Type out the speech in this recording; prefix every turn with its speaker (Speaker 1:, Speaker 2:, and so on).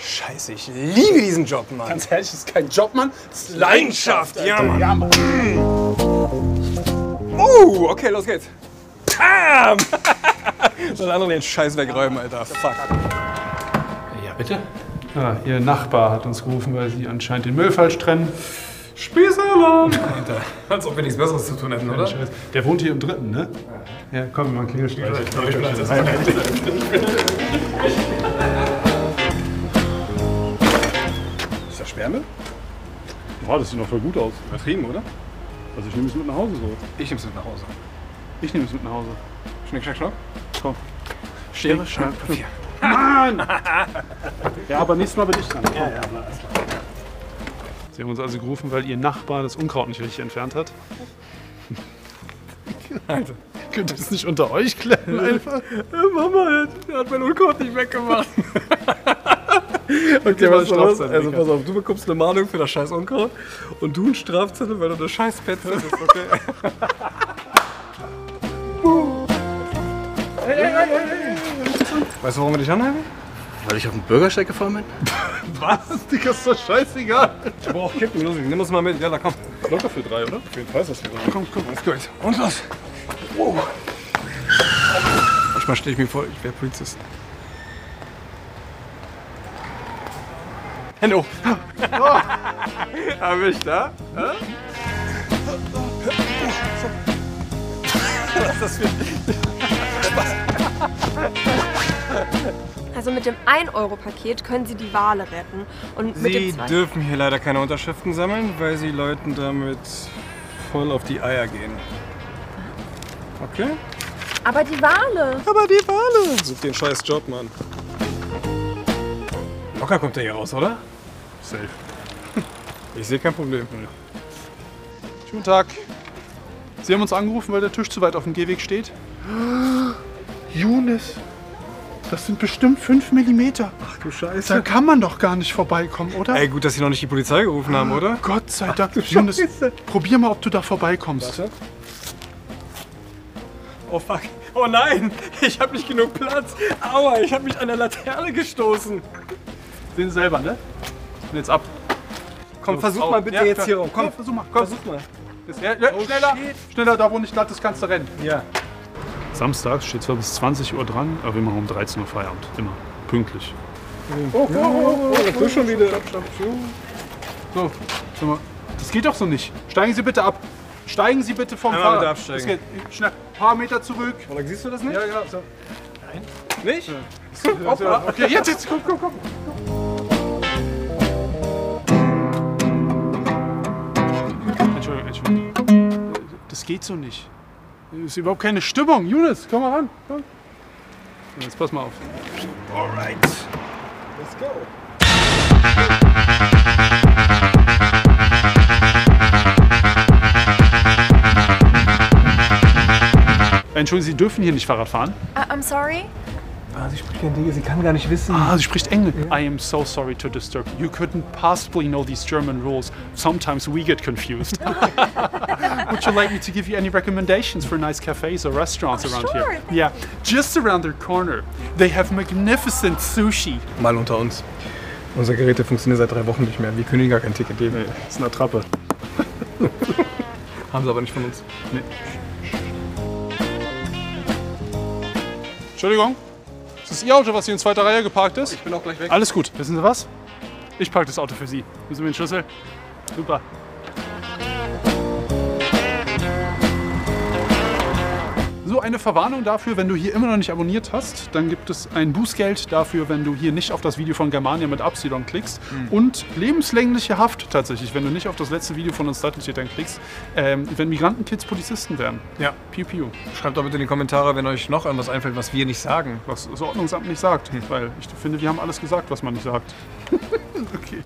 Speaker 1: Scheiße, ich liebe diesen Job, Mann.
Speaker 2: Ganz ehrlich, das ist kein Job, Mann. Das ist
Speaker 1: Leidenschaft,
Speaker 2: Leidenschaft,
Speaker 1: ja,
Speaker 2: Alter.
Speaker 1: Mann.
Speaker 2: Ja, Mann.
Speaker 1: Uh, okay, los geht's. Bam! Soll andere den Scheiß wegräumen, Alter. Fuck.
Speaker 3: Ja, bitte?
Speaker 4: Ah, ihr Nachbar hat uns gerufen, weil sie anscheinend den Müll falsch trennen. Spießalarm!
Speaker 3: Als ob wir nichts Besseres zu tun hätten, oder?
Speaker 4: Scheiß. Der wohnt hier im dritten, ne? Also, Ja, komm, wir machen Klingelstreich.
Speaker 3: halt
Speaker 2: Ist das Sperrmüll?
Speaker 5: Boah, das sieht noch voll gut aus.
Speaker 2: Übertrieben, oder?
Speaker 5: Also ich nehme es mit nach Hause so.
Speaker 2: Ich nehm's mit nach Hause.
Speaker 5: Ich nehme es mit nach Hause.
Speaker 2: Schnick, schnack, schnack.
Speaker 5: Schere, Schere, Papier. Mann! ja, aber nächstes Mal bin ich dran. Ja, ja.
Speaker 4: Sie haben uns also gerufen, weil ihr Nachbar das Unkraut nicht richtig entfernt hat. Alter. Könnt ihr es nicht unter euch klären einfach?
Speaker 1: Äh, Mama hat mein Unkraut nicht weggemacht. okay,
Speaker 4: Die
Speaker 1: was
Speaker 4: war
Speaker 1: los?
Speaker 4: Strafzettel,
Speaker 1: Also
Speaker 4: Digga.
Speaker 1: pass auf, du bekommst eine Mahnung für das scheiß Unkraut und du einen Strafzettel, weil du eine scheiß Petze bist, okay? Weißt du, warum wir dich anhalten?
Speaker 3: Weil ich auf den Bürgersteig gefahren bin?
Speaker 4: Was? Digga, ist doch scheißegal.
Speaker 1: Boah, Kippen, los, nimm uns mal mit. Ja, da komm.
Speaker 5: Locker für drei, oder? Auf jeden Fall ist das für drei.
Speaker 1: Komm, komm, alles gut. Und los. Oh. Manchmal stehe ich mir vor, ich wäre Polizist. Hände hoch. Oh. Hab ich da? Hä?
Speaker 6: Also mit dem 1-Euro-Paket können Sie die Wale retten. Und mit
Speaker 1: Sie
Speaker 6: dem 2
Speaker 1: dürfen hier leider keine Unterschriften sammeln, weil Sie Leuten damit voll auf die Eier gehen. Okay?
Speaker 6: Aber die Wale!
Speaker 1: Aber die Wale! Such den scheiß Job, Mann. Locker kommt er hier raus, oder?
Speaker 5: Safe.
Speaker 1: Ich sehe kein Problem.
Speaker 4: Schönen Tag. Sie haben uns angerufen, weil der Tisch zu weit auf dem Gehweg steht. Younes, das sind bestimmt 5 Millimeter.
Speaker 1: Ach du Scheiße.
Speaker 4: Da kann man doch gar nicht vorbeikommen, oder?
Speaker 1: Ey, gut, dass sie noch nicht die Polizei gerufen haben, oder?
Speaker 4: Gott sei Dank. Younes, probier mal, ob du da vorbeikommst.
Speaker 1: Oh fuck. Oh nein, ich habe nicht genug Platz. Aua, ich habe mich an der Laterne gestoßen.
Speaker 4: Sehen Sie selber, ne? Und jetzt ab.
Speaker 1: Komm, versuch mal bitte
Speaker 4: Ja,
Speaker 1: jetzt
Speaker 4: klar.
Speaker 1: hier rum. Komm, Oh,
Speaker 4: Ja, versuch mal.
Speaker 1: Versuch mal.
Speaker 4: Ja, ja, schneller, schneller, da wo nicht glatt ist, kannst du rennen.
Speaker 1: Ja.
Speaker 3: Samstags steht zwar bis 20 Uhr dran, aber wir machen um 13 Uhr Feierabend. Immer. Pünktlich.
Speaker 1: Oh, Du oh, schon wieder.
Speaker 4: So, schau mal. Das geht doch so nicht. Steigen Sie bitte ab. Steigen Sie bitte vom
Speaker 1: Einmal
Speaker 4: Fahrrad.
Speaker 1: bitte absteigen.
Speaker 4: Das geht. Schnell, paar Meter zurück.
Speaker 1: Oder siehst du das nicht?
Speaker 4: Ja, genau. So.
Speaker 1: Nicht?
Speaker 4: Okay, jetzt, jetzt, komm, komm, komm. Entschuldigung, Entschuldigung. Das geht so nicht. Das ist überhaupt keine Stimmung. Younes, komm mal ran. Komm. So, Jetzt pass mal auf.
Speaker 1: Let's go.
Speaker 4: Entschuldigen Sie, dürfen hier nicht Fahrrad fahren?
Speaker 6: Ah, I'm sorry.
Speaker 1: Ah, sie spricht kein Ding, sie kann gar nicht wissen.
Speaker 4: Ah, sie spricht Englisch. I am so sorry to disturb you. You couldn't possibly know these German rules. Sometimes we get confused. Would you like me to give you any recommendations for nice cafes or restaurants around
Speaker 6: sure,
Speaker 4: here?
Speaker 6: thank
Speaker 4: Yeah, just around their corner. They have magnificent sushi.
Speaker 1: Mal unter uns. Unser Gerät funktioniert seit drei Wochen nicht mehr. Wir können ihnen gar kein Ticket geben.
Speaker 4: Das ist eine Trappe.
Speaker 1: Haben sie aber nicht von uns.
Speaker 4: Entschuldigung, ist das Ihr Auto, was hier in zweiter Reihe geparkt ist?
Speaker 1: Ich bin auch gleich weg.
Speaker 4: Alles gut. Wissen Sie was? Ich parke das Auto für Sie. Müssen wir den Schlüssel? Super. So, eine Verwarnung dafür, wenn du hier immer noch nicht abonniert hast, dann gibt es ein Bußgeld dafür, wenn du hier nicht auf das Video von Germania mit Absilon klickst. Und lebenslängliche Haft tatsächlich, wenn du nicht auf das letzte Video von uns Datteltätern klickst, ähm, wenn Migrantenkids Polizisten werden.
Speaker 1: Ja.
Speaker 4: Piu, piu.
Speaker 1: Schreibt doch bitte in die Kommentare, wenn euch noch irgendwas einfällt, was wir nicht sagen.
Speaker 4: Was das Ordnungsamt nicht sagt, weil ich finde, wir haben alles gesagt, was man nicht sagt. okay.